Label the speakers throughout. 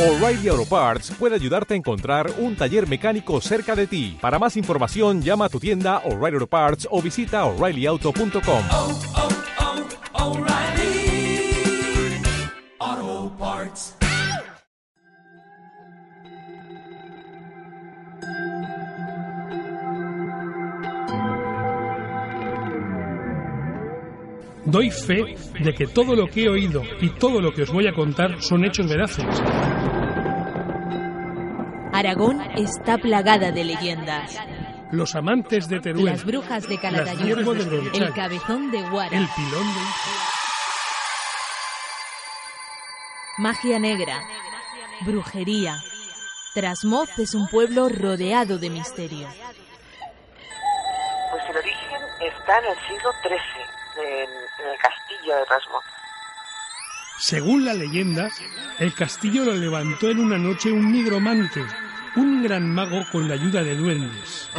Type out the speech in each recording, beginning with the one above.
Speaker 1: O'Reilly Auto Parts puede ayudarte a encontrar un taller mecánico cerca de ti. Para más información, llama a tu tienda O'Reilly Auto Parts o visita oreillyauto.com.
Speaker 2: Oh, O'Reilly Auto Parts.
Speaker 3: Doy fe de que todo lo que he oído y todo lo que os voy a contar son hechos veraces.
Speaker 4: Aragón está plagada de leyendas.
Speaker 3: Los amantes de Teruel,
Speaker 4: Las brujas de
Speaker 3: Las
Speaker 4: Calatayud,
Speaker 3: hierbas de Bronchal.
Speaker 4: el cabezón de Guara,
Speaker 3: el pilón de...
Speaker 4: magia negra, brujería. Trasmoz es un pueblo rodeado de misterio.
Speaker 5: Pues el origen está en el siglo XIII, en, en el castillo de Rasmo.
Speaker 3: Según la leyenda, el castillo lo levantó en una noche un nigromante, un gran mago con la ayuda de duendes.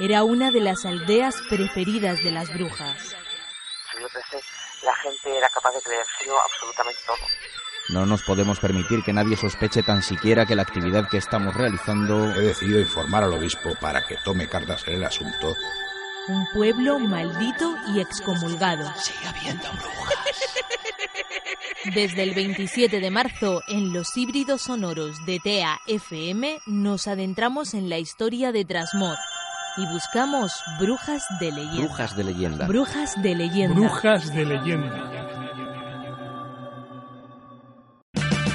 Speaker 4: Era una de las aldeas preferidas de las brujas.
Speaker 5: En el siglo XIII la gente era capaz de creérselo absolutamente todo.
Speaker 6: No nos podemos permitir que nadie sospeche tan siquiera que la actividad que estamos realizando...
Speaker 7: He decidido informar al obispo para que tome cartas en el asunto.
Speaker 4: Un pueblo maldito y excomulgado. Desde el 27 de marzo, en los híbridos sonoros de TEA FM, nos adentramos en la historia de Trasmoz y buscamos brujas de leyenda.
Speaker 6: Brujas de leyenda.
Speaker 4: Brujas de leyenda.
Speaker 3: Brujas de leyenda.